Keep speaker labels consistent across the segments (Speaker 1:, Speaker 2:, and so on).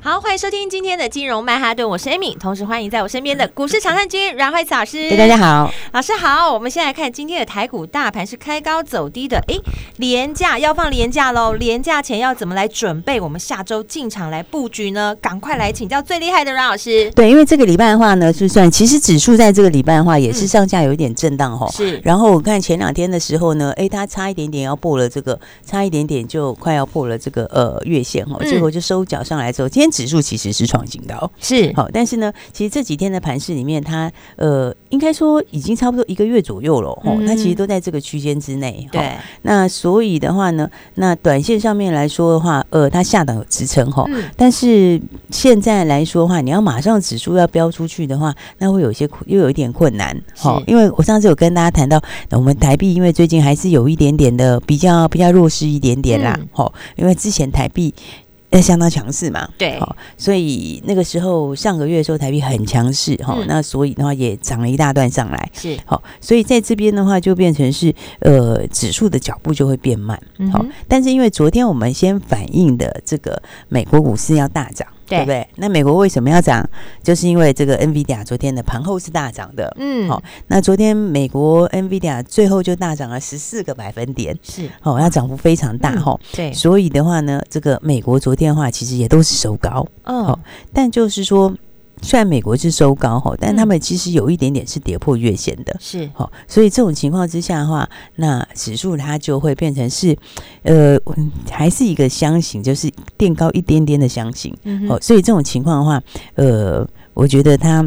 Speaker 1: 好，欢迎收听今天的金融曼哈顿，我是 Amy，同时欢迎在我身边的股市常胜军阮惠慈老师。
Speaker 2: 哎对，大家好。
Speaker 1: 老师哎好，我们先来看今天的台股大盘是开高走低的，诶，廉价要放廉价喽，廉价前要怎么来准备？我们下周进场来布局呢？赶快来请教最厉害的阮老师。
Speaker 2: 对，因为这个礼拜的话呢，就算其实指数在这个礼拜的话也是上下有一点震荡吼。
Speaker 1: 是
Speaker 2: 然后我看前两天的时候呢，哎，它差一点点要破了这个，差一点点就快要破了这个呃月线哈，
Speaker 1: 嗯
Speaker 2: 结果就收脚上来之后，今天指数其实是创新高。
Speaker 1: 是
Speaker 2: 好，但是呢，其实这几天的盘市里面，它呃，应该说已经差不多一个月左右了哦，它其
Speaker 1: 嗯
Speaker 2: 实都在这个区间之内。齁
Speaker 1: 对，
Speaker 2: 那所以的话呢，那短线上面来说的话，呃，它下档有支撑哈，
Speaker 1: 嗯，
Speaker 2: 但是现在来说的话，你要马上指数要标出去的话，那会有一些苦又有一点困难，齁
Speaker 1: 是
Speaker 2: 因为我上次有跟大家谈到，那我们台币因为最近还是有一点点的比较比较弱势一点点啦
Speaker 1: 嗯，
Speaker 2: 好、因为之前台币。呃，相当强势嘛，
Speaker 1: 对
Speaker 2: 齁所以那个时候上个月的时候台币很强势哈，齁
Speaker 1: 嗯
Speaker 2: 那所以的话也涨了一大段上来，
Speaker 1: 是，
Speaker 2: 好，所以在这边的话就变成是呃指数的脚步就会变慢，
Speaker 1: 嗯
Speaker 2: 好
Speaker 1: 哼，
Speaker 2: 但是因为昨天我们先反映的这个美国股市要大涨，
Speaker 1: 对
Speaker 2: 对不对？那美国为什么要涨？就是因为这个 NVIDIA 昨天的盘后是大涨的。
Speaker 1: 嗯，
Speaker 2: 好那昨天美国 NVIDIA 最后就大涨了十四个百分点，
Speaker 1: 是
Speaker 2: 哦，它涨幅非常大
Speaker 1: 嗯
Speaker 2: 哈、
Speaker 1: 对，
Speaker 2: 所以的话呢，这个美国昨天的话其实也都是收高，
Speaker 1: 嗯
Speaker 2: 好，但就是说，虽然美国是收高哈，
Speaker 1: 嗯
Speaker 2: 但他们其实有一点点是跌破月线的。
Speaker 1: 是，
Speaker 2: 好、所以这种情况之下的话，那指数它就会变成是，呃，嗯还是一个箱型，就是垫高一点点的箱型。
Speaker 1: 嗯
Speaker 2: 好、
Speaker 1: 哼，
Speaker 2: 所以这种情况的话，呃，我觉得它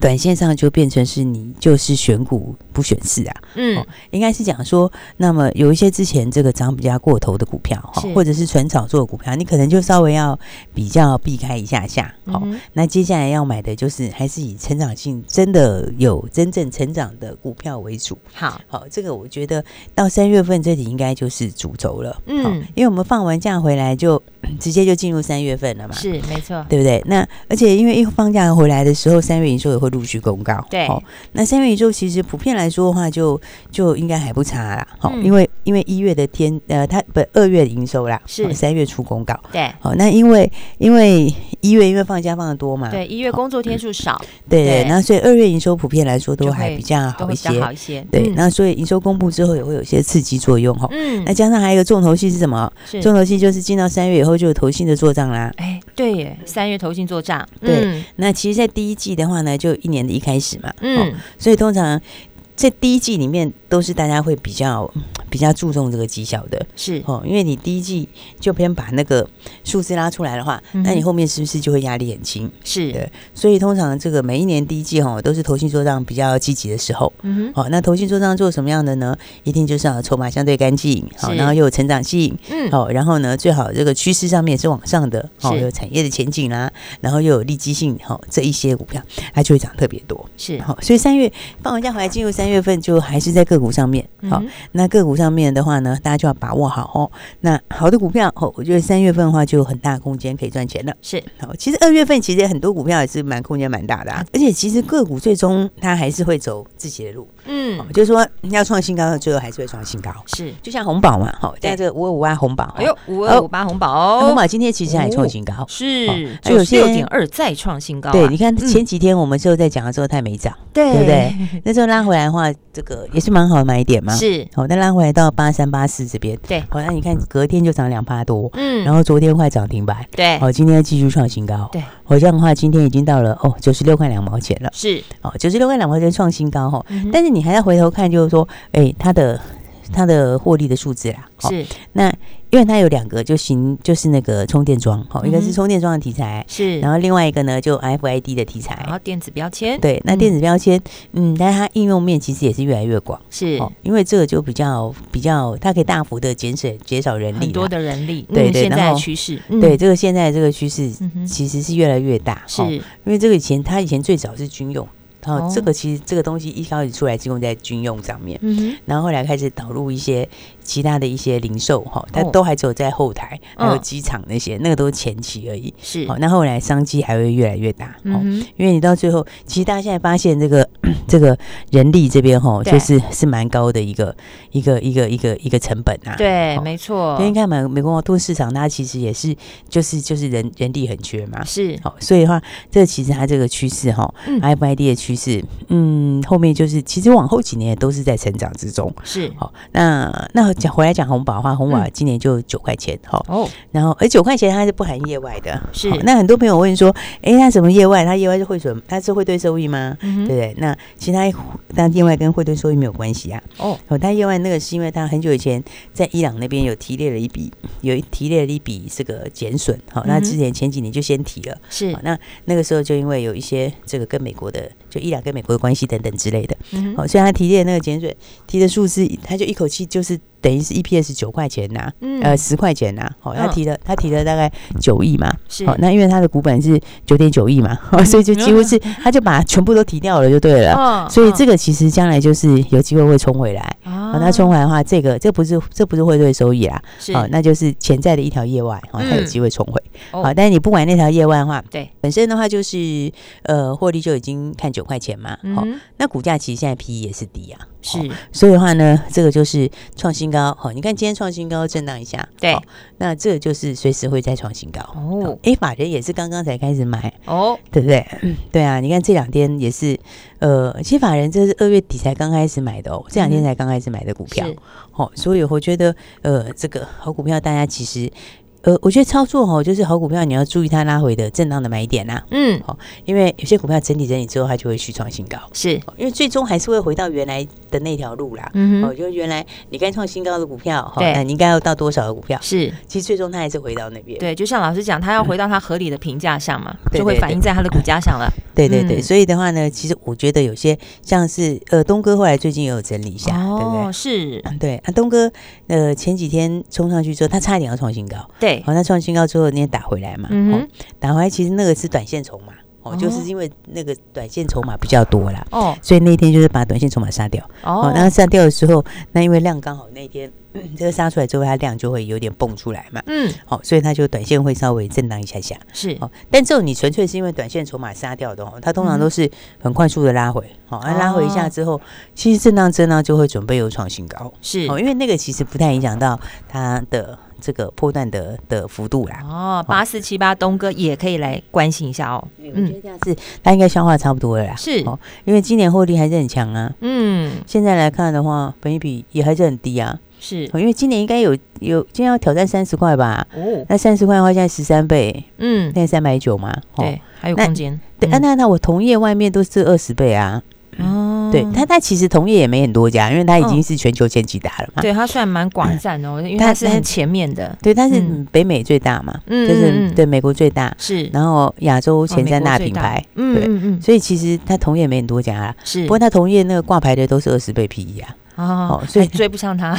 Speaker 2: 短线上就变成是你就是选股不选市啊，
Speaker 1: 嗯
Speaker 2: 好，应该是讲说，那么有一些之前这个涨比较过头的股票，哈
Speaker 1: 是，
Speaker 2: 或者是纯炒作的股票，你可能就稍微要比较避开一下下，好、
Speaker 1: 嗯哼
Speaker 2: 那接下来要买的就是还是以成长性真的有真正成长的股票为主。
Speaker 1: 好，
Speaker 2: 好，这个我觉得到三月份这里应该就是主轴了。
Speaker 1: 嗯
Speaker 2: 好因为我们放完假回来就直接就进入三月份了嘛，
Speaker 1: 是没错，
Speaker 2: 对不对？那而且因为一放假回来的时候，三月营收也会陆续公告。
Speaker 1: 对
Speaker 2: 好那三月营收其实普遍来说的话就，就应该还不差啦。好、
Speaker 1: 嗯
Speaker 2: 因为因为一月的天呃，它不二月的营收啦，
Speaker 1: 是
Speaker 2: 好三月初公告。
Speaker 1: 对
Speaker 2: 好，那因为因为一月因为放假放的多嘛，
Speaker 1: 对，一月
Speaker 2: 好
Speaker 1: 工作天数少，
Speaker 2: 对
Speaker 1: 对
Speaker 2: 对，那所以二月营收普遍来说都
Speaker 1: 就
Speaker 2: 还
Speaker 1: 会
Speaker 2: 比较
Speaker 1: 都
Speaker 2: 好
Speaker 1: 会
Speaker 2: 一
Speaker 1: 比较
Speaker 2: 些，
Speaker 1: 好一些，
Speaker 2: 对，
Speaker 1: 嗯
Speaker 2: 那所以营收公布之后也会有一些刺激作用哈。
Speaker 1: 嗯
Speaker 2: 那加上还有一个重头戏是什么？
Speaker 1: 是
Speaker 2: 重头戏就是进到三月以后就有投信的做账啦。
Speaker 1: 哎，对耶，三月投信做账，
Speaker 2: 对
Speaker 1: 嗯
Speaker 2: 那其实，在第一季的话呢，就一年的一开始嘛，哦，
Speaker 1: 嗯，
Speaker 2: 所以通常在第一季里面都是大家会比较比较注重这个绩效的
Speaker 1: 是
Speaker 2: 哦，因为你第一季就偏把那个数字拉出来的话，
Speaker 1: 嗯哼
Speaker 2: 那你后面是不是就会压力很轻？
Speaker 1: 是，
Speaker 2: 对所以通常这个每一年第一季哈、哦、都是投信做账比较积极的时候。
Speaker 1: 嗯哼，
Speaker 2: 好、那投信做账做什么样的呢？一定就是要筹码相对干净，好、
Speaker 1: 是
Speaker 2: 然后又有成长性，
Speaker 1: 嗯，
Speaker 2: 好、然后呢，最好这个趋势上面也是往上的，好、
Speaker 1: 是
Speaker 2: 有产业的前景啦，然后又有利基性，好、这一些股票它就会涨特别多，
Speaker 1: 是，
Speaker 2: 好、所以三月放完假回来进入三月份，就还是在个股上面，好、
Speaker 1: 嗯哼
Speaker 2: 那个股上面的话呢，大家就要把握好哦。那好的股票，哦，我觉得三月份的话就有很大空间可以赚钱了。
Speaker 1: 是，
Speaker 2: 好，其实二月份其实很多股票也是蛮空间蛮大的、
Speaker 1: 嗯
Speaker 2: 啊，而且其实个股最终它还是会走自己的路。
Speaker 1: 嗯，
Speaker 2: 哦就是说要创新高，到最后还是会创新高。
Speaker 1: 是，
Speaker 2: 就像红宝嘛，哈，在这个五二五啊红宝，
Speaker 1: 哎呦，哦五二五八红
Speaker 2: 那
Speaker 1: 宝，
Speaker 2: 红宝今天其实还创新高。
Speaker 1: 是
Speaker 2: 哦还有
Speaker 1: 九十六
Speaker 2: 些
Speaker 1: 点二再创新高啊，
Speaker 2: 对，你看
Speaker 1: 嗯
Speaker 2: 前几天我们之后在讲的时候，它也没涨，
Speaker 1: 对
Speaker 2: 对不对？那时候拉回来的话，这个也是蛮好的买点嘛。，
Speaker 1: 是，
Speaker 2: 好，但拉回来到八三八四这边，
Speaker 1: 对
Speaker 2: 好，那你看隔天就涨两趴多，
Speaker 1: 嗯，
Speaker 2: 然后昨天快涨停板，
Speaker 1: 对，
Speaker 2: 好，今天又继续创新高，
Speaker 1: 对，
Speaker 2: 好，这样的话今天已经到了哦九十六块两毛钱了，
Speaker 1: 是，
Speaker 2: 哦，九十六块两毛钱创新高哈，
Speaker 1: 嗯哼
Speaker 2: 但是你还要回头看，就是说，哎，它的它的获利的数字啦，哦
Speaker 1: 是，
Speaker 2: 那因为它有两个，就行就是那个充电桩，好，一个
Speaker 1: 嗯
Speaker 2: 是
Speaker 1: 哼
Speaker 2: 充电桩的题材，
Speaker 1: 是，
Speaker 2: 然后另外一个呢就 FID 的题
Speaker 1: 然
Speaker 2: 材
Speaker 1: 后。电子标签，，
Speaker 2: 对，那
Speaker 1: 嗯
Speaker 2: 电子标签，嗯，但是它应用面其实也是越来越广，
Speaker 1: 是
Speaker 2: 哦，因为这个就比较比较，它可以大幅的减省减少人力
Speaker 1: 很多
Speaker 2: 啦，
Speaker 1: 的人力，
Speaker 2: 对
Speaker 1: 嗯
Speaker 2: 对
Speaker 1: 现
Speaker 2: 然
Speaker 1: 在的
Speaker 2: 后
Speaker 1: 趋势，
Speaker 2: 对，，这个现在这个趋势
Speaker 1: 嗯哼，
Speaker 2: 其实是越来越大，哦
Speaker 1: 是
Speaker 2: 因为这个以前它以前最早是军用，然后
Speaker 1: 哦
Speaker 2: 这个其实这个东西一开始出来是用在军用上面，
Speaker 1: 嗯哼，
Speaker 2: 然后后来开始导入一些其他的一些零售哈，它
Speaker 1: 哦
Speaker 2: 都还只有在后台，还有
Speaker 1: 嗯
Speaker 2: 机场那些，那个都是前期而已。哦
Speaker 1: 是
Speaker 2: 好，，那后来商机还会越来越大。哦，
Speaker 1: 嗯哼，
Speaker 2: 因为你到最后，其实大家现在发现这个 这个人力这边哈，
Speaker 1: 对
Speaker 2: 就是是蛮高的一个一个一个一个一个成本啊。
Speaker 1: 对，
Speaker 2: 好
Speaker 1: 没错
Speaker 2: 因，为你看美美国多市场，它其实也是就是就是人人力很缺嘛。
Speaker 1: 是，
Speaker 2: 好，所以的话，这其实它这个趋势哈、
Speaker 1: 嗯
Speaker 2: f i d 的趋势，嗯，后面就是其实往后几年也都是在成长之中。
Speaker 1: 是，
Speaker 2: 好，那那讲回来讲红宝的话，红宝
Speaker 1: 嗯
Speaker 2: 今年就九块钱哈、齁
Speaker 1: 哦，
Speaker 2: 然后而九块钱它是不含业外的。
Speaker 1: 是
Speaker 2: 齁那很多朋友问说，诶，那什么业外？它业外是汇损，它是汇兑收益吗？
Speaker 1: 嗯哼，
Speaker 2: 对不对？那其实它但业外跟汇兑收益没有关系啊。
Speaker 1: 哦，
Speaker 2: 哦，它业外那个是因为它很久以前在伊朗那边有提列了一笔，有一提列了一笔这个减损。好、那
Speaker 1: 嗯哼
Speaker 2: 之前前几年就先提了。
Speaker 1: 是
Speaker 2: 好，，那那个时候就因为有一些这个跟美国的，就伊朗跟美国的关系等等之类的，
Speaker 1: 嗯哼，
Speaker 2: 好、所以他提的那个减损提的数字，他就一口气就是等于是 EPS 九块钱呐、呃
Speaker 1: 嗯，
Speaker 2: 十块钱呐、好、他
Speaker 1: 嗯
Speaker 2: 提了他提了大概九亿嘛，
Speaker 1: 是
Speaker 2: 好、，那因为他的股本是九点九亿嘛， 好，所以就几乎是他就把全部都提掉了就对了，
Speaker 1: 嗯哦
Speaker 2: 所以这个其实将来就是有机会会冲回来。
Speaker 1: 啊
Speaker 2: 好，那冲回来的话，这个这不是这不是汇兑收益啦，
Speaker 1: 是
Speaker 2: 好、那就是潜在的一条业外，好、它有
Speaker 1: 嗯
Speaker 2: 机会冲回。
Speaker 1: 哦
Speaker 2: 好、但是你不管那条业外的话，
Speaker 1: 对，
Speaker 2: 本身的话就是呃获利就已经看九块钱嘛，好、
Speaker 1: 嗯哼，
Speaker 2: 那股价其实现在 P E 也是低啊，
Speaker 1: 是
Speaker 2: 哦所以的话呢，这个就是创新高，好、你看今天创新高震荡一下，
Speaker 1: 对
Speaker 2: 好那这个就是随时会再创新高。
Speaker 1: 哦
Speaker 2: 诶，法人也是刚刚才开始买，
Speaker 1: 哦，
Speaker 2: 对不对？对啊，你看这两天也是，呃，其实法人这是二月底才刚开始买的哦，这两天
Speaker 1: 嗯
Speaker 2: 才刚开始买的股票
Speaker 1: 是，
Speaker 2: 好、所以我觉得，呃，这个好股票大家其实，呃，我觉得操作哦，就是好股票你要注意它拉回的震荡的买点啦、啊
Speaker 1: 嗯，
Speaker 2: 因为有些股票整理整理之后，它就会续创新高，
Speaker 1: 是，
Speaker 2: 哦因为最终还是会回到原来的那条路啦。
Speaker 1: 嗯
Speaker 2: 哦，
Speaker 1: 哼，
Speaker 2: 就原来你该创新高的股票，哈、
Speaker 1: 对
Speaker 2: 那你应该要到多少的股票？
Speaker 1: 是。
Speaker 2: 其实最终它还是回到那边。
Speaker 1: 对，就像老师讲，他要回到他合理的评价上嘛，
Speaker 2: 嗯对
Speaker 1: 就会
Speaker 2: 对
Speaker 1: 反
Speaker 2: 对
Speaker 1: 映在他的股价上了。
Speaker 2: 对对对，
Speaker 1: 嗯
Speaker 2: 所以的话呢，其实我觉得有些像是呃，东哥后来最近也有整理一下，对不
Speaker 1: 哦，
Speaker 2: 对？
Speaker 1: 是，
Speaker 2: 对啊，东哥呃前几天冲上去之后，他差一点要创新高，
Speaker 1: 对，
Speaker 2: 哦，那创新高之后你也打回来嘛，
Speaker 1: 嗯
Speaker 2: 哦
Speaker 1: 哼，，
Speaker 2: 打回来其实那个是短线筹码，哦，就
Speaker 1: 哦
Speaker 2: 是因为那个短线筹码比较多啦，
Speaker 1: 哦
Speaker 2: 所以那一天就是把短线筹码杀掉，哦，
Speaker 1: 哦，
Speaker 2: 那杀掉的时候，那因为量刚好那一天 这个杀出来之后，它量就会有点蹦出来嘛，
Speaker 1: 嗯，
Speaker 2: 好、所以它就短线会稍微震荡一下下，
Speaker 1: 是，
Speaker 2: 哦，但这种你纯粹是因为短线筹码杀掉的哦，它通常
Speaker 1: 嗯
Speaker 2: 都是很快速的拉回，好、哦，啊拉回一下
Speaker 1: 哦
Speaker 2: 之后，其实震荡震荡就会准备有创新高，
Speaker 1: 是，
Speaker 2: 哦，因为那个其实不太影响到它的这个波段的的幅度啦。
Speaker 1: 哦，八四七八东哥也可以来关心一下哦。
Speaker 2: 我觉得这样是它应该消化差不多了啦，
Speaker 1: 是，
Speaker 2: 哦因为今年获利还是很强啊。
Speaker 1: 嗯，
Speaker 2: 现在来看的话，本益比也还是很低啊，
Speaker 1: 是，
Speaker 2: 哦因为今年应该有有今年要挑战三十块吧？
Speaker 1: 哦，
Speaker 2: 那三十块的话，现在十三倍，
Speaker 1: 嗯
Speaker 2: 现，在三百九嘛，哦，
Speaker 1: 对，嗯还有
Speaker 2: 那
Speaker 1: 空间。
Speaker 2: 对，啊，那那我同业外面都是二十倍啊，
Speaker 1: 嗯哦，嗯
Speaker 2: 对，它它其实同业也没很多家，因为它已经是全球前几大了嘛。
Speaker 1: 对，它算蛮广泛 哦，因为
Speaker 2: 它
Speaker 1: 它是
Speaker 2: 它
Speaker 1: 很前面的，
Speaker 2: 对，但是
Speaker 1: 嗯
Speaker 2: 北美最大嘛，
Speaker 1: 嗯嗯
Speaker 2: 就是
Speaker 1: 嗯
Speaker 2: 对美国最大，
Speaker 1: 是，
Speaker 2: 然后亚洲
Speaker 1: 哦
Speaker 2: 前
Speaker 1: 美
Speaker 2: 三
Speaker 1: 国
Speaker 2: 大
Speaker 1: 最
Speaker 2: 品牌，
Speaker 1: 嗯
Speaker 2: 对
Speaker 1: 嗯嗯，
Speaker 2: 所以其实它同业没很多家啦。
Speaker 1: 是
Speaker 2: 不，过它同业那个挂牌的都是二十倍 PE 啊，
Speaker 1: 哦
Speaker 2: 哦，所以
Speaker 1: 还追不上 它，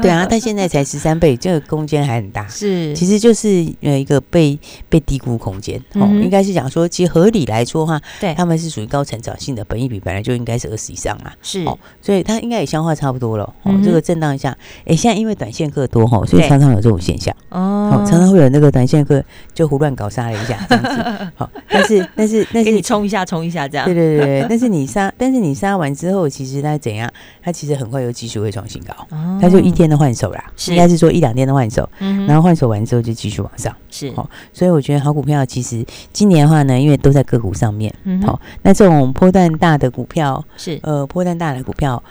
Speaker 2: 对啊，但现在才十三倍，这个空间还 很大。
Speaker 1: 是，
Speaker 2: 其实就是呃一个被被低估空间哦，
Speaker 1: 嗯哼
Speaker 2: 应该是讲说，其实合理来说的话，
Speaker 1: 对
Speaker 2: 他们是属于高成长性的，本益比本来就应该是二十以上啦。
Speaker 1: 是，
Speaker 2: 哦所以它应该也消化差不多了。哦
Speaker 1: 嗯，哼
Speaker 2: 这个震荡一下，哎，现在因为短线客多哈，所以
Speaker 1: 对
Speaker 2: 常常有这种现象，哦
Speaker 1: 哦，
Speaker 2: 常常会有那个短线客就胡乱搞杀了一下这 样子。好，但是但是但
Speaker 1: 给
Speaker 2: 是，
Speaker 1: 你啊冲一下，冲一下这样
Speaker 2: 对对，对对，但是你杀，但是你杀完之后，其实它怎样？它其实很快又继续会创新高，
Speaker 1: 哦
Speaker 2: 它就一，天的换手啦，
Speaker 1: 是
Speaker 2: 应该是说一两天的换手，
Speaker 1: 嗯
Speaker 2: 然
Speaker 1: 后
Speaker 2: 后换手完之后就继续往上。
Speaker 1: 是，
Speaker 2: 好所以我觉得好股票其实今年的话呢，因为都在个股上面，
Speaker 1: 嗯哼
Speaker 2: 好那这种波段大的股票，
Speaker 1: 是，
Speaker 2: 呃，波段大的股票，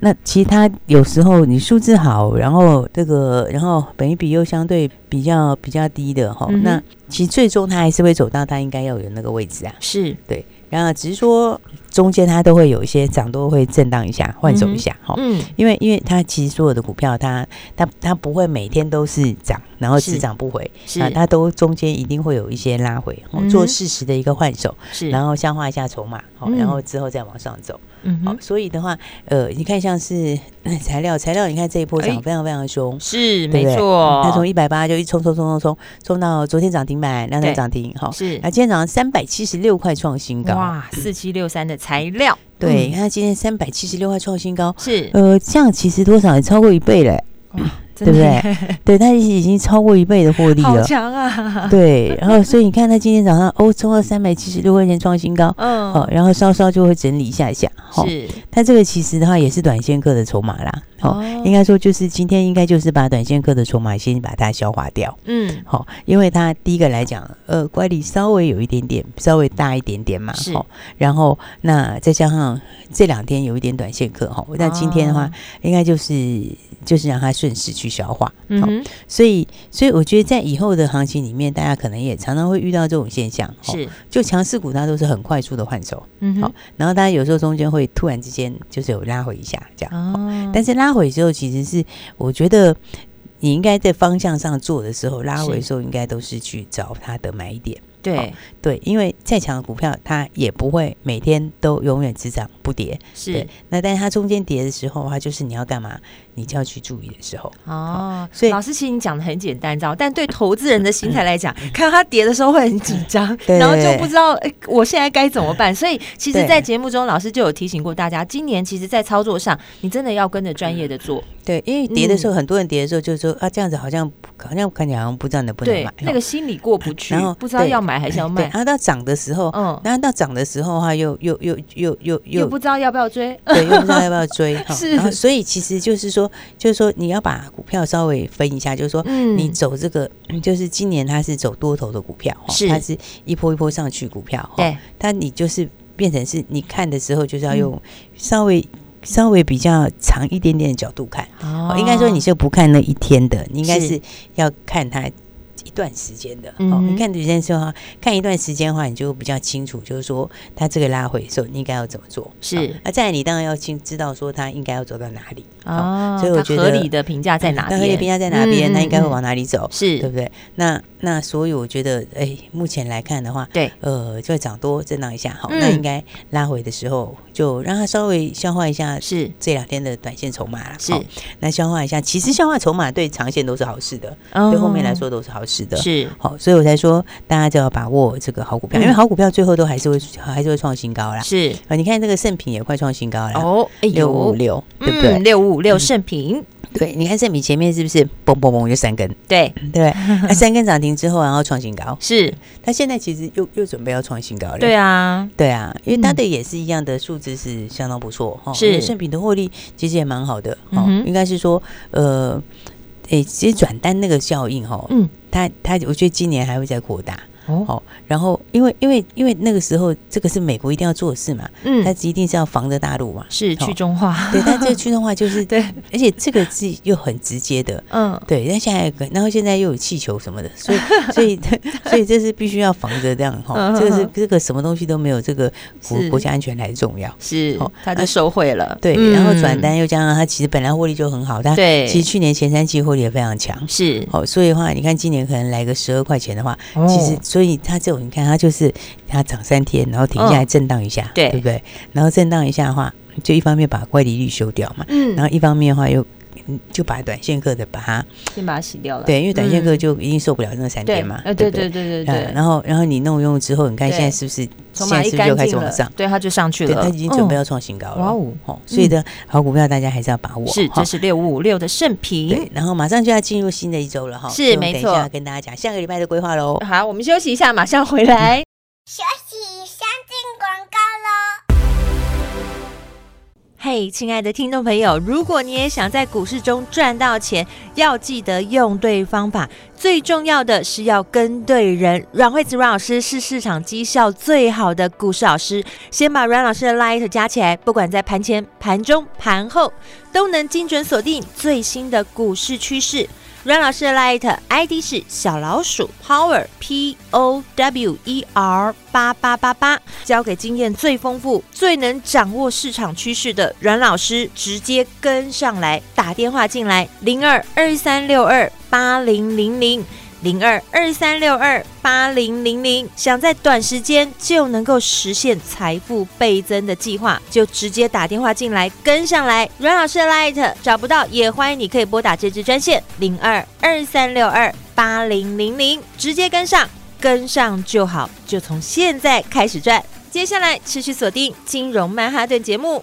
Speaker 2: 那其他有时候你数字好，然后这个，然后本一比又相对比较比较低的哈、
Speaker 1: 嗯哼
Speaker 2: 那其实最终它还是会走到它应该要有那个位置啊。
Speaker 1: 是，
Speaker 2: 然后只是说中间它都会有一些涨多会震荡一下，换手一下哈、
Speaker 1: 嗯，
Speaker 2: 因为因为它其实所有的股票它它它不会每天都是涨，然后只
Speaker 1: 是
Speaker 2: 涨不回
Speaker 1: 是
Speaker 2: 啊，它都中间一定会有一些拉回，哦
Speaker 1: 嗯哼
Speaker 2: 做适时的一个换手，
Speaker 1: 是，
Speaker 2: 然
Speaker 1: 后，
Speaker 2: 后消化一下筹码，哦
Speaker 1: 嗯
Speaker 2: 然后之后再往上走。
Speaker 1: 嗯
Speaker 2: 好、
Speaker 1: 哼，
Speaker 2: 所以的话，呃，你看像是 呃材料，材料你看这一波
Speaker 1: 哎
Speaker 2: 涨非常非常凶。
Speaker 1: 是，
Speaker 2: 对不
Speaker 1: 没
Speaker 2: 对
Speaker 1: 错，
Speaker 2: 它从一百八就一冲冲冲冲冲冲到昨天涨停板，那
Speaker 1: 对
Speaker 2: 天涨停哈，啊
Speaker 1: 是
Speaker 2: 那今天早上三百七十六块创新高，
Speaker 1: 哇，四七六三的材料，
Speaker 2: 对，
Speaker 1: 嗯
Speaker 2: 那今天三百七十六块创新高，
Speaker 1: 是，
Speaker 2: 呃，这样其实多少也超过一 倍嘞，
Speaker 1: 真
Speaker 2: 对不
Speaker 1: 的
Speaker 2: 对，它已经超过一倍的获利
Speaker 1: 好
Speaker 2: 了，
Speaker 1: 强啊，
Speaker 2: 对，然后所以你看它今天早上哦冲到三百七十六块钱创新高，
Speaker 1: 嗯，
Speaker 2: 哦，然后稍稍就会整理一下下，哦，
Speaker 1: 是，
Speaker 2: 它这个其实的话也是短线客的筹码啦，哦，应
Speaker 1: 该，
Speaker 2: 该说就是今天应该就是把短线客的筹码先把它消化掉，
Speaker 1: 嗯，
Speaker 2: 好、因为它第一个来讲，呃，乖离稍微有一点点，稍微大一点点嘛，
Speaker 1: 是
Speaker 2: 齁然后那再加上这两天有一点短线客哈，齁那今天的话、
Speaker 1: 哦
Speaker 2: 应该就是就是让它顺势去消化，
Speaker 1: 嗯
Speaker 2: 好
Speaker 1: 哼，
Speaker 2: 所以所以我觉得在以后的行情里面，大家可能也常常会遇到这种现象，齁
Speaker 1: 是，
Speaker 2: 就强势股它都是很快速的换手，
Speaker 1: 嗯
Speaker 2: 好
Speaker 1: 哼，
Speaker 2: 然后大家有时候中间会突然之间就是有拉回一下这样。
Speaker 1: 哦
Speaker 2: 但是拉回之后，其实是我觉得你应该在方向上做的时候，拉回的时候应该都是去找它的买点。
Speaker 1: 对，
Speaker 2: 对，因为再强的股票，它也不会每天都永远只涨不跌。
Speaker 1: 是
Speaker 2: 对，那但是它中间跌的时候，它就是你要干嘛，你就要去注意的时候。
Speaker 1: 哦，
Speaker 2: 所以
Speaker 1: 老师其实你讲的很简单，你知道，但对投资人的心态来讲，看到它跌的时候会很紧张，
Speaker 2: 嗯 对
Speaker 1: 然后就不知道诶我现在该怎么办。所以其实，
Speaker 2: 对
Speaker 1: 在节目中，老师就有提醒过大家，今年其实，在操作上，你真的要跟着专业的做，
Speaker 2: 对，因为跌的时候，
Speaker 1: 嗯
Speaker 2: 很多人跌的时候就说啊，这样子好像好像看起来好像不知道能不能
Speaker 1: 对
Speaker 2: 买。，
Speaker 1: 那个心里过不去
Speaker 2: 然后，
Speaker 1: 不知道
Speaker 2: 对
Speaker 1: 要买还是要
Speaker 2: 对，
Speaker 1: 卖，
Speaker 2: 它到涨的时候，
Speaker 1: 嗯，
Speaker 2: 那到涨的时候的话，又又又又又
Speaker 1: 又不知道要不要追，
Speaker 2: 对，又不知道要不要 追哈。
Speaker 1: 是
Speaker 2: 然后所以其实就是说，就是说你要把股票稍微分一下，就是说。
Speaker 1: 嗯
Speaker 2: 你走这个，嗯就是今年它是走多头的股票，哈
Speaker 1: 是
Speaker 2: 它是一波一波上去股票，哈
Speaker 1: 对，嗯
Speaker 2: 但你就是变成是你看的时候，就是要用稍微、稍微比较长一点点的角度看，
Speaker 1: 哦
Speaker 2: 哦，应该说你是不看那一天的，你应该
Speaker 1: 是
Speaker 2: 是要看它一段时间的。
Speaker 1: 嗯
Speaker 2: 哦，
Speaker 1: 哼
Speaker 2: 你看时间之后，看一段时间的话，你就比较清楚，就是说它这个拉回的时候，你应该要怎么做。
Speaker 1: 是
Speaker 2: 哦那、再来你当然要清知道说它应该要走到哪里，
Speaker 1: 哦，
Speaker 2: 所以我
Speaker 1: 它
Speaker 2: 觉得
Speaker 1: 合理的评价在哪
Speaker 2: 那
Speaker 1: 边，
Speaker 2: 合理评价在哪边，
Speaker 1: 嗯
Speaker 2: 它应该会往
Speaker 1: 嗯
Speaker 2: 哪里走
Speaker 1: 嗯，是
Speaker 2: 对不对？那那所以我觉得，哎，目前来看的话，
Speaker 1: 对，
Speaker 2: 呃，就涨多震荡一下，好，
Speaker 1: 嗯
Speaker 2: 那应该拉回的时候就让它稍微消化一下。
Speaker 1: 是
Speaker 2: 这两天的短线筹码啦，
Speaker 1: 是
Speaker 2: 哦，那消化一下，其实消化筹码对长线都是好事的，对后面来说都是好事的。
Speaker 1: 哦是
Speaker 2: 好，所以我才说大家就要把握这个好股票，
Speaker 1: 嗯
Speaker 2: 因为好股票最后都还是会还是会创新高啦。
Speaker 1: 是
Speaker 2: 啊，你看这个盛品也快创新高了，
Speaker 1: 哦，哎
Speaker 2: 六五
Speaker 1: 呦
Speaker 2: 五，六，对不
Speaker 1: 嗯，
Speaker 2: 对？
Speaker 1: 六五五六盛平，
Speaker 2: 对，你看盛品前面是不是嘣嘣嘣就三根，
Speaker 1: 对，
Speaker 2: 对不 对？那三根涨停之后，然后创新高，
Speaker 1: 是
Speaker 2: 它现在其实又又准备要创新高了。
Speaker 1: 对啊，
Speaker 2: 对啊，因为它的也是一样的数字是相当不错哈，
Speaker 1: 是
Speaker 2: 因为盛品的获利其实也蛮好的哈，
Speaker 1: 嗯哼
Speaker 2: 应该是说呃，诶，其实转单那个效应哈，
Speaker 1: 嗯，
Speaker 2: 它它我觉得今年还会再扩大，
Speaker 1: 哦，
Speaker 2: 好，然后因为因为因为那个时候这个是美国一定要做的事嘛，它
Speaker 1: 嗯，
Speaker 2: 一定是要防着大陆嘛，
Speaker 1: 是
Speaker 2: 好
Speaker 1: 去中化，
Speaker 2: 对，但这个驱动化就 是，
Speaker 1: 对，
Speaker 2: 而且这个是又很直接的。
Speaker 1: 嗯，
Speaker 2: 对，但现在有个，然后现在又有气球什么的，所以所以所以这是必须要防着这样哈
Speaker 1: 嗯，
Speaker 2: 这个是
Speaker 1: 嗯
Speaker 2: 这个什么东西都没有，这个国
Speaker 1: 是
Speaker 2: 国家安全来重要。
Speaker 1: 是
Speaker 2: 好，
Speaker 1: 他就
Speaker 2: 啊
Speaker 1: 收回了，
Speaker 2: 对，
Speaker 1: 嗯
Speaker 2: 然后转，单又加上它其实本来获利就很好，它
Speaker 1: 对，
Speaker 2: 其实去年前三季获利也非常强，
Speaker 1: 是，
Speaker 2: 好，所以的话你看今年可能来个十二块钱的话，
Speaker 1: 哦
Speaker 2: 其实，所以它这种你看，它就是它涨三天，然后停下来震荡一下，
Speaker 1: 嗯对
Speaker 2: 对不对？然后震荡一下的话，就一方面把乖离率修掉嘛，
Speaker 1: 嗯，
Speaker 2: 然后一方面的话又嗯就把短线客的把它
Speaker 1: 先把它洗掉了，
Speaker 2: 对，因为短线客
Speaker 1: 嗯
Speaker 2: 就一定受不了那三
Speaker 1: 对
Speaker 2: 天嘛，
Speaker 1: 呃，对
Speaker 2: 不
Speaker 1: 对对对
Speaker 2: 嗯
Speaker 1: 对，
Speaker 2: 然后然后你弄用之后，你看
Speaker 1: 对
Speaker 2: 现在是不是
Speaker 1: 筹
Speaker 2: 现
Speaker 1: 码
Speaker 2: 在
Speaker 1: 一
Speaker 2: 是不是又
Speaker 1: 干
Speaker 2: 开
Speaker 1: 净
Speaker 2: 始
Speaker 1: 了
Speaker 2: 往上，？
Speaker 1: 对，他就上去
Speaker 2: 对，
Speaker 1: 了，
Speaker 2: 它已经准备
Speaker 1: 嗯
Speaker 2: 要创新高了。
Speaker 1: 哇哦
Speaker 2: 哦，所以的好股票大家还是要把握。
Speaker 1: 是，
Speaker 2: 哈
Speaker 1: 这是六五五六的盛
Speaker 2: 对
Speaker 1: 平。，
Speaker 2: 然后马上就要进入新的一周了哈，
Speaker 1: 是
Speaker 2: 所以我们
Speaker 1: 没
Speaker 2: 等一
Speaker 1: 错啊
Speaker 2: 下跟大家讲下个礼拜的规划喽。
Speaker 1: 好，我们休息一下，马上回来。
Speaker 3: 学习相近广告喽。
Speaker 1: 嘿，亲爱的听众朋友，如果你也想在股市中赚到钱，要记得用对方法，最重要的是要跟对人。阮惠子阮老师是市场绩效最好的股市老师，先把阮老师的 Light 加起来，不管在盘前、盘中、盘后，都能精准锁定最新的股市趋势。阮老师的 Light ID 是小老鼠 Power P O W E R 八八八八，交给经验最丰富、最能掌握市场趋势的阮老师，直接跟上来，打电话进来零二二三六二八零零零。零二二三六二八零零零，想在短时间就能够实现财富倍增的计划，就直接打电话进来跟上来。阮老师的 Light 找不到也欢迎你可以拨打这支专线零二二三六二八零零零，直接跟上，跟上就好，就从现在开始赚。接下来持续锁定金融曼哈顿节目。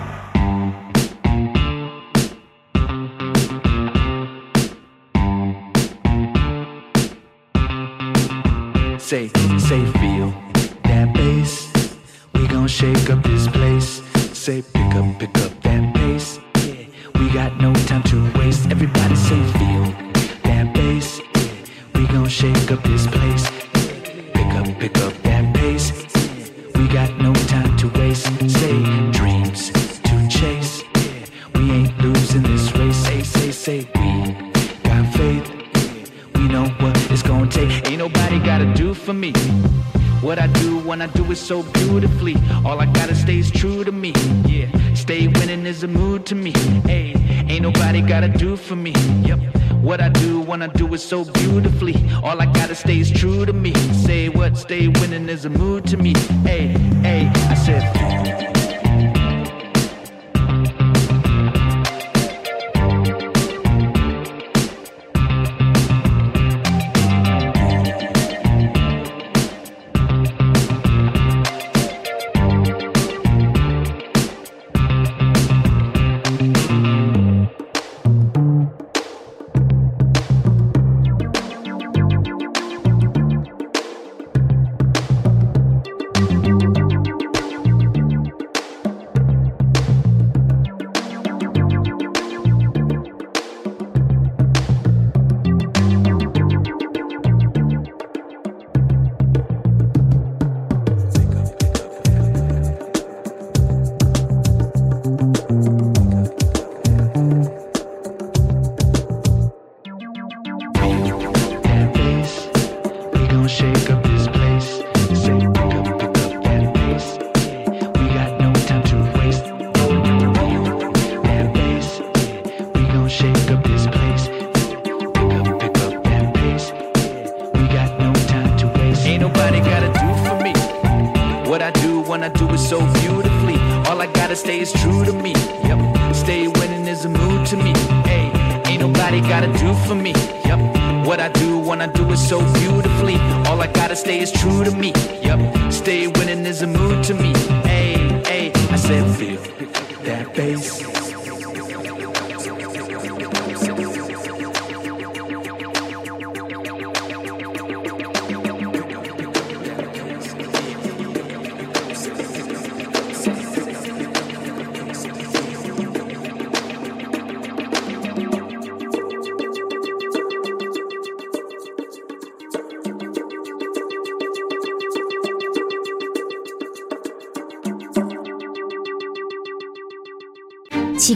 Speaker 4: Say, say, feel that bass. We gon' shake up this place. Say, pick up, pick up that pace. Yeah, we got no time to waste. Everybody say, feel that bass. Yeah, we gon' shake up this place. Pick up, pick up that pace. Yeah, we got no time to waste. Say, dreams to chase. Yeah, we ain't losing this race. Say, say, say, we got faith. We know what it's gonna take. Ain't nobody gotta do for me. What I do when I do it so beautifully. All I gotta stay is true to me. Yeah, stay winning is a mood to me. Hey, ain't nobody gotta do for me. Yep. What I do when I do it so beautifully. All I gotta stay is true to me. Say what? Stay winning is a mood to me. Hey, hey, I said. that bass. We gon' shake up this place. Say, pick up, pick up that bass. We got no time to waste. That bass. We gon' shake up this place. Pick up, pick up that pace. We got no time to waste. Ain't nobody gotta do for me. What I do when I do it so beautifully. All I gotta stay is true to me. Yep. Stay winning is a mood to me. Hey, ain't nobody gotta do for me. Yep. What I do when I do it so beautifully. All I gotta stay is true to me. Yep. Stay winning is a mood to me. Hey, hey, I said feel that bass.
Speaker 3: 奇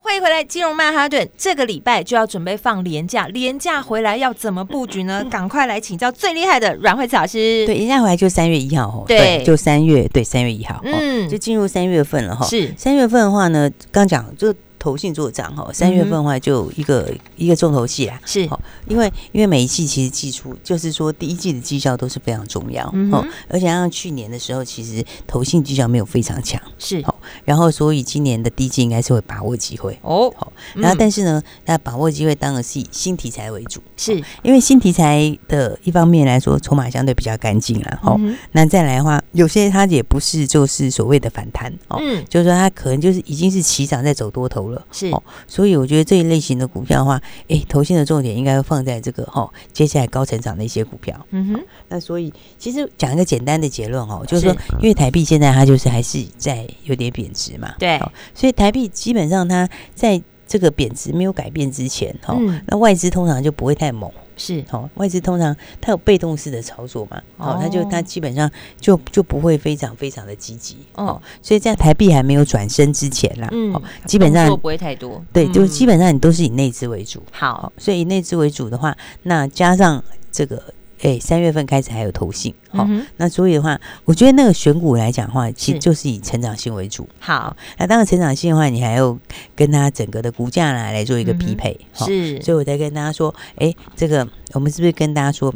Speaker 1: 欢迎回来，金融曼哈顿。这个礼拜就要准备放年假，年假回来要怎么布局 呢？赶快来请教最厉害的阮慧慈老师。
Speaker 2: 对，，一下回来就三月一号哦，
Speaker 1: 对
Speaker 2: 就三月，对，三月一号，嗯，
Speaker 1: 嗯，
Speaker 2: 就进入三月份了哈。
Speaker 1: 是
Speaker 2: 三月份的话呢，刚讲就投信做账哈，
Speaker 1: 嗯
Speaker 2: 三月份的话就一个、一个重头戏啊。
Speaker 1: 是
Speaker 2: 好，因为因为每一季其实季初，就是说第一季的绩效都是非常重要
Speaker 1: 嗯
Speaker 2: 哦
Speaker 1: 哼，
Speaker 2: 而且像去年的时候，其实投信绩效没有非常强，
Speaker 1: 是
Speaker 2: 好然后所以今年的第一季应该是会把握机会。
Speaker 1: 哦，
Speaker 2: 好，
Speaker 1: 嗯
Speaker 2: 然后但是呢，那把握机会当然是以新题材为主，哦
Speaker 1: 是
Speaker 2: 因为新题材的一方面来说，筹码相对比较干净啦。哦，
Speaker 1: 嗯
Speaker 2: 那再来的话，有些它也不是就是所谓的反弹哦，
Speaker 1: 嗯
Speaker 2: 就是说它可能就是已经是起涨在走多头了。
Speaker 1: 是
Speaker 2: 哦所以我觉得这一类型的股票的话，诶，投信的重点应该会放在这个哈、哦，接下来高成长的一些股票。
Speaker 1: 嗯哼
Speaker 2: 那所以其实讲一个简单的结论哦，就是说
Speaker 1: 是，
Speaker 2: 因为台币现在它就是还是在有点贬值嘛，
Speaker 1: 对
Speaker 2: 哦所以台币基本上它在这个贬值没有改变之前哈、哦
Speaker 1: 嗯
Speaker 2: 那外资通常就不会太猛。
Speaker 1: 是
Speaker 2: 哦，外资通常它有被动式的操作嘛，哦，它就
Speaker 1: 哦
Speaker 2: 它基本上就就不会非常非常的积极
Speaker 1: 哦
Speaker 2: 哦，所以在台币还没有转身之前啦，
Speaker 1: 嗯
Speaker 2: 哦，基本上
Speaker 1: 动作不会太多，
Speaker 2: 对，
Speaker 1: 嗯
Speaker 2: 就是基本上你都是以内资为主，
Speaker 1: 好
Speaker 2: 哦，所以以内资为主的话，那加上这个，哎，三月份开始还有投信，哦，
Speaker 1: 嗯哼
Speaker 2: 那所以的话，我觉得那个选股来讲的话，其
Speaker 1: 是
Speaker 2: 实就是以成长性为主。
Speaker 1: 好
Speaker 2: 那当然，成长性的话，你还要跟它整个的股价啦来做一个
Speaker 1: 嗯
Speaker 2: 匹
Speaker 1: 哼
Speaker 2: 配，哦
Speaker 1: 是
Speaker 2: 所以我在跟大家说，哎，这个我们是不是跟大家说，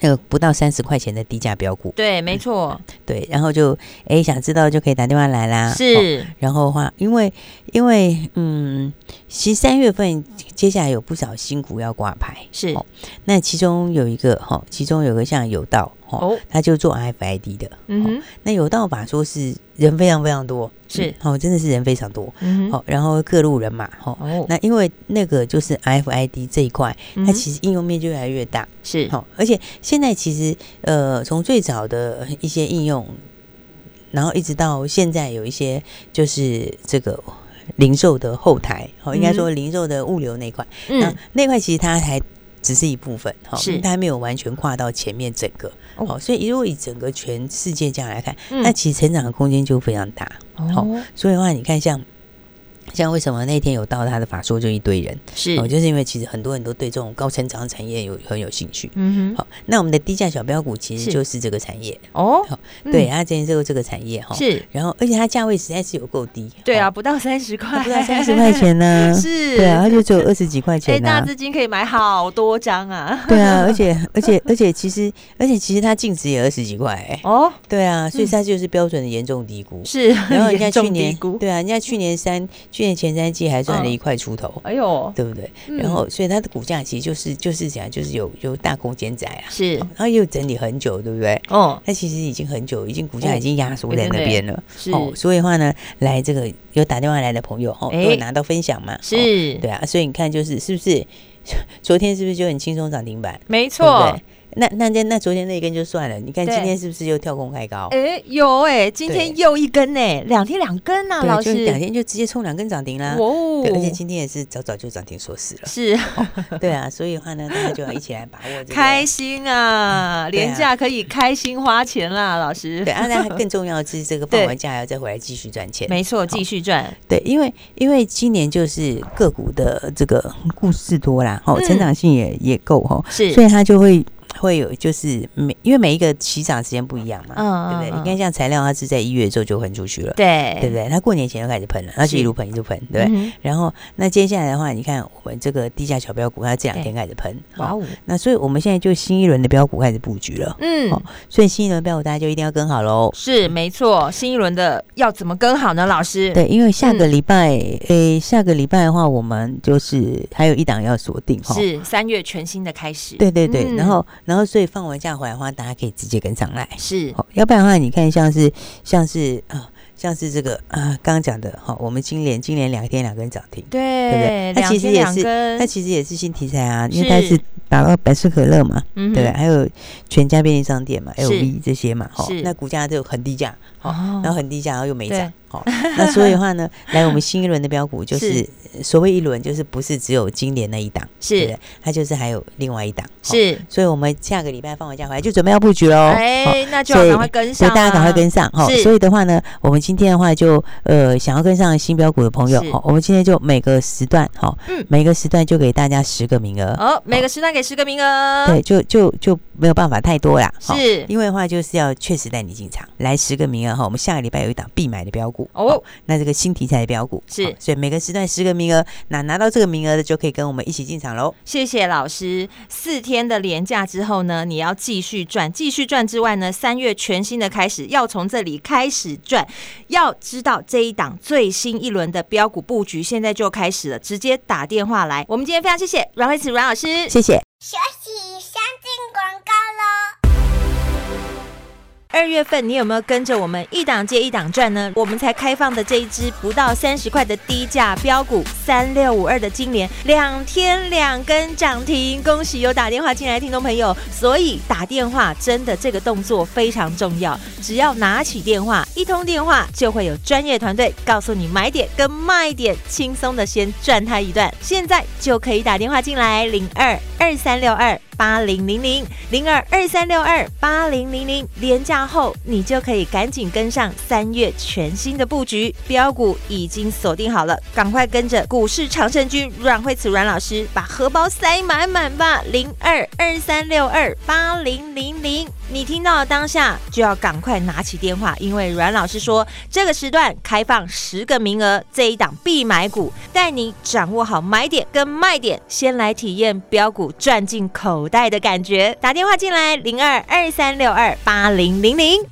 Speaker 2: 那个不到三十块钱的低价标股，
Speaker 1: 对，没错，
Speaker 2: 对，然后就哎想知道就可以打电话来啦，哦
Speaker 1: 是
Speaker 2: 然后的话，因为因为嗯，其实三月份接下来有不少新股要挂牌，
Speaker 1: 是
Speaker 2: 哦那其中有一个哈、哦，其中有个像有道哈，哦
Speaker 1: 哦，
Speaker 2: 他就做 FID 的，
Speaker 1: 嗯
Speaker 2: 哦
Speaker 1: 哼
Speaker 2: 那有道法说是人非常非常多，
Speaker 1: 是
Speaker 2: 嗯哦，真的是人非常多，
Speaker 1: 嗯哼
Speaker 2: 哦，然后各路人马哈。哦
Speaker 1: 哦，
Speaker 2: 那因为那个就是 FID 这一块，
Speaker 1: 嗯
Speaker 2: 它
Speaker 1: 哼
Speaker 2: 其实应用面就越来越大。
Speaker 1: 是
Speaker 2: 好、而且现在其实呃，从最早的一些应用，然后一直到现在有一些就是这个零售的后台，好、应该说零售的物流那一块，那
Speaker 1: 嗯
Speaker 2: 那块其实它还。只是一部分，好、
Speaker 1: 是
Speaker 2: 它还没有完全跨到前面整个，
Speaker 1: 哦
Speaker 2: 好、所以如果以整个全世界这样来看，
Speaker 1: 嗯
Speaker 2: 那其实成长的空间就非常大。好
Speaker 1: 哦
Speaker 2: 所以的话，你看像像为什么那天有到他的法说就一堆人，
Speaker 1: 是
Speaker 2: 哦，就是因为其实很多人都对这种高成长产业有很有兴趣。
Speaker 1: 嗯哼
Speaker 2: 好，那我们的低价小标股其
Speaker 1: 是
Speaker 2: 实就是这个产业，
Speaker 1: 哦
Speaker 2: 好
Speaker 1: 嗯
Speaker 2: 对，它之前就是这个产业哈。
Speaker 1: 是
Speaker 2: 然后而且它价位实在是有够低，
Speaker 1: 对啊，
Speaker 2: 哦，
Speaker 1: 不到三十块，
Speaker 2: 它不到三十块钱 呢，
Speaker 1: 是
Speaker 2: 对啊，它就只有二十几块
Speaker 1: 哎，
Speaker 2: 钱
Speaker 1: 大
Speaker 2: 啊。
Speaker 1: 资金可以买好多张啊，
Speaker 2: 对啊，而且而且而且其实而且其实它净值也二十几块、哎
Speaker 1: 哦
Speaker 2: 对啊，所以
Speaker 1: 嗯
Speaker 2: 它就是标准的严重低估。
Speaker 1: 是，
Speaker 2: 然后人
Speaker 1: 严
Speaker 2: 家
Speaker 1: 重
Speaker 2: 去
Speaker 1: 低
Speaker 2: 年
Speaker 1: 估，
Speaker 2: 对啊，人家去年三去年前三季还赚了
Speaker 1: 嗯
Speaker 2: 一块出头，
Speaker 1: 哎呦
Speaker 2: 对不对？
Speaker 1: 嗯
Speaker 2: 然后所以它的股价其实就是就是讲就是有有大空间窄啊，
Speaker 1: 是
Speaker 2: 然后也有整理很久，对不对？
Speaker 1: 哦
Speaker 2: 它其实已经很久，已经股价
Speaker 1: 哦
Speaker 2: 已经压缩在那边了。
Speaker 1: 是
Speaker 2: 所以的话呢，来这个有打电话来的朋友，哦，
Speaker 1: 哎
Speaker 2: 都有拿到分享嘛，
Speaker 1: 是
Speaker 2: 哦对啊，所以你看就是是不是昨天是不是就很轻松涨停板？
Speaker 1: 没
Speaker 2: 对不
Speaker 1: 错
Speaker 2: 对，？那那那那昨天那一根就算了，你看
Speaker 1: 对
Speaker 2: 今天是不是又跳空开高？
Speaker 1: 哎，有哎，今天
Speaker 2: 对
Speaker 1: 又一根哎，两天两根呐，
Speaker 2: 对啊，
Speaker 1: 老
Speaker 2: 就两
Speaker 1: 师，
Speaker 2: 天就直接冲两根涨停啦。
Speaker 1: 哦
Speaker 2: 对，而且今天也是早早就涨停锁死了。
Speaker 1: 是
Speaker 2: 对啊，所以的话呢，大家就要一起来把握这个
Speaker 1: 开心啊，
Speaker 2: 对啊
Speaker 1: 廉价可以开心花钱啦，老师
Speaker 2: 对，，啊，那更重要的是这个放
Speaker 1: 对
Speaker 2: 完假还要再回来继续 赚钱。
Speaker 1: 没错，继续赚，
Speaker 2: 对，因为因为今年就是个股的这个故事多啦，哦，
Speaker 1: 嗯
Speaker 2: 成长性也也够哦，
Speaker 1: 是
Speaker 2: 所以它就会会有就是每因为每一个起涨时间不一样嘛，
Speaker 1: 嗯
Speaker 2: 对
Speaker 1: 嗯
Speaker 2: 不对？你看像材料，它是在一月之后就喷出去了，
Speaker 1: 对
Speaker 2: 对不对？它过年前就开始喷了，它
Speaker 1: 是
Speaker 2: 就一路喷一路喷，对不对。
Speaker 1: 嗯
Speaker 2: 然后，那接下来的话，你看我们这个低价小标股，它这两天开始喷，
Speaker 1: 哇
Speaker 2: 哦，
Speaker 1: 哦，
Speaker 2: 那所以我们现在就新一轮的标股开始布局了，
Speaker 1: 嗯
Speaker 2: 哦，所以新一轮标股大家就一定要跟好喽。
Speaker 1: 是没错，新一轮的要怎么跟好呢？老师，
Speaker 2: 对，因为下个
Speaker 1: 嗯
Speaker 2: 礼拜，诶、下个礼拜的话，我们就是还有一档要锁定哈。
Speaker 1: 是三月全新的开始，
Speaker 2: 对对对，
Speaker 1: 嗯
Speaker 2: 然后然后所以放完假回来的话，大家可以直接跟上来。
Speaker 1: 是
Speaker 2: 好，要不然的话，你看像是像是啊、像是这个啊，刚刚讲的哈、我们金莲金莲两天两根涨停，对不
Speaker 1: 对
Speaker 2: 对
Speaker 1: 两
Speaker 2: 它其实
Speaker 1: 天
Speaker 2: 也
Speaker 1: 两
Speaker 2: 是
Speaker 1: 根
Speaker 2: 那其实也是新题材啊，因为它
Speaker 1: 嗯是
Speaker 2: 是打到百事可乐嘛，
Speaker 1: 嗯哼
Speaker 2: 对不对？还有全家便利商店嘛
Speaker 1: 是
Speaker 2: ，LV 这些嘛，哈
Speaker 1: 是，
Speaker 2: 那股价就很低价，哦，
Speaker 1: 哦
Speaker 2: 然后很低价，然后又没
Speaker 1: 对
Speaker 2: 涨，哦，那所以 的话呢，来我们新一轮的标股就是所谓一轮，就是不是只有今年那一档，对不
Speaker 1: 是
Speaker 2: 对它就是还有另外一档，哦，
Speaker 1: 是，
Speaker 2: 所以我们下个礼拜放完假回来就准备要布局喽，哦
Speaker 1: 哎，那就要
Speaker 2: 所以
Speaker 1: 赶快跟
Speaker 2: 所
Speaker 1: 上
Speaker 2: 以
Speaker 1: 啊，
Speaker 2: 大家赶快跟上哈、哦
Speaker 1: 是
Speaker 2: 所以的话呢，我们今天的话就呃想要跟上新标股的朋友
Speaker 1: 是
Speaker 2: 哈、哦我们今天就每个时段哈、哦
Speaker 1: 嗯
Speaker 2: 每个时段就给大家十个名额，
Speaker 1: 哦，每个时段给十个名额，
Speaker 2: 对，就就就没有办法太多啦，哦
Speaker 1: 是
Speaker 2: 因为的话就是要确实带你进场，来十个名额哦哈、我们下个礼拜有一档必买的标股
Speaker 1: 哦
Speaker 2: 那这个新题材的标股
Speaker 1: 是
Speaker 2: 哦所以每个时段十个名额，那拿到这个名额的就可以跟我们一起进场喽。
Speaker 1: 谢谢老师。四天的连假之后呢，你要继续赚，继续赚之外呢，三月全新的开始，要从这里开始赚。要知道这一档最新一轮的标股布局，现在就开始了，直接打电话来。我们今天非常谢谢阮慧慈阮老师，
Speaker 2: 谢谢。
Speaker 1: 二月份你有没有跟着我们一档接一档赚呢？我们才开放的这一只不到三十块的低价标股三六五二的金莲，两天两根涨停，恭喜有打电话进来的听众朋友。所以打电话真的这个动作非常重要，只要拿起电话，一通电话就会有专业团队告诉你买点跟卖点，轻松的先赚它一段。现在就可以打电话进来，零二二三六二八零零零。零二二三六二八零零零，廉价后你就可以赶紧跟上三月全新的布局，标股已经锁定好了，赶快跟着股市长胜军阮慧慈阮老师把荷包塞满满吧。零二二三六二八零零零，你听到的当下就要赶快拿起电话，因为阮老师说这个时段开放十个名额，这一档必买股，带你掌握好买点跟卖点，先来体验标股赚进口袋的感觉。打电话进来，零二二三六二八零零零。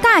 Speaker 3: 大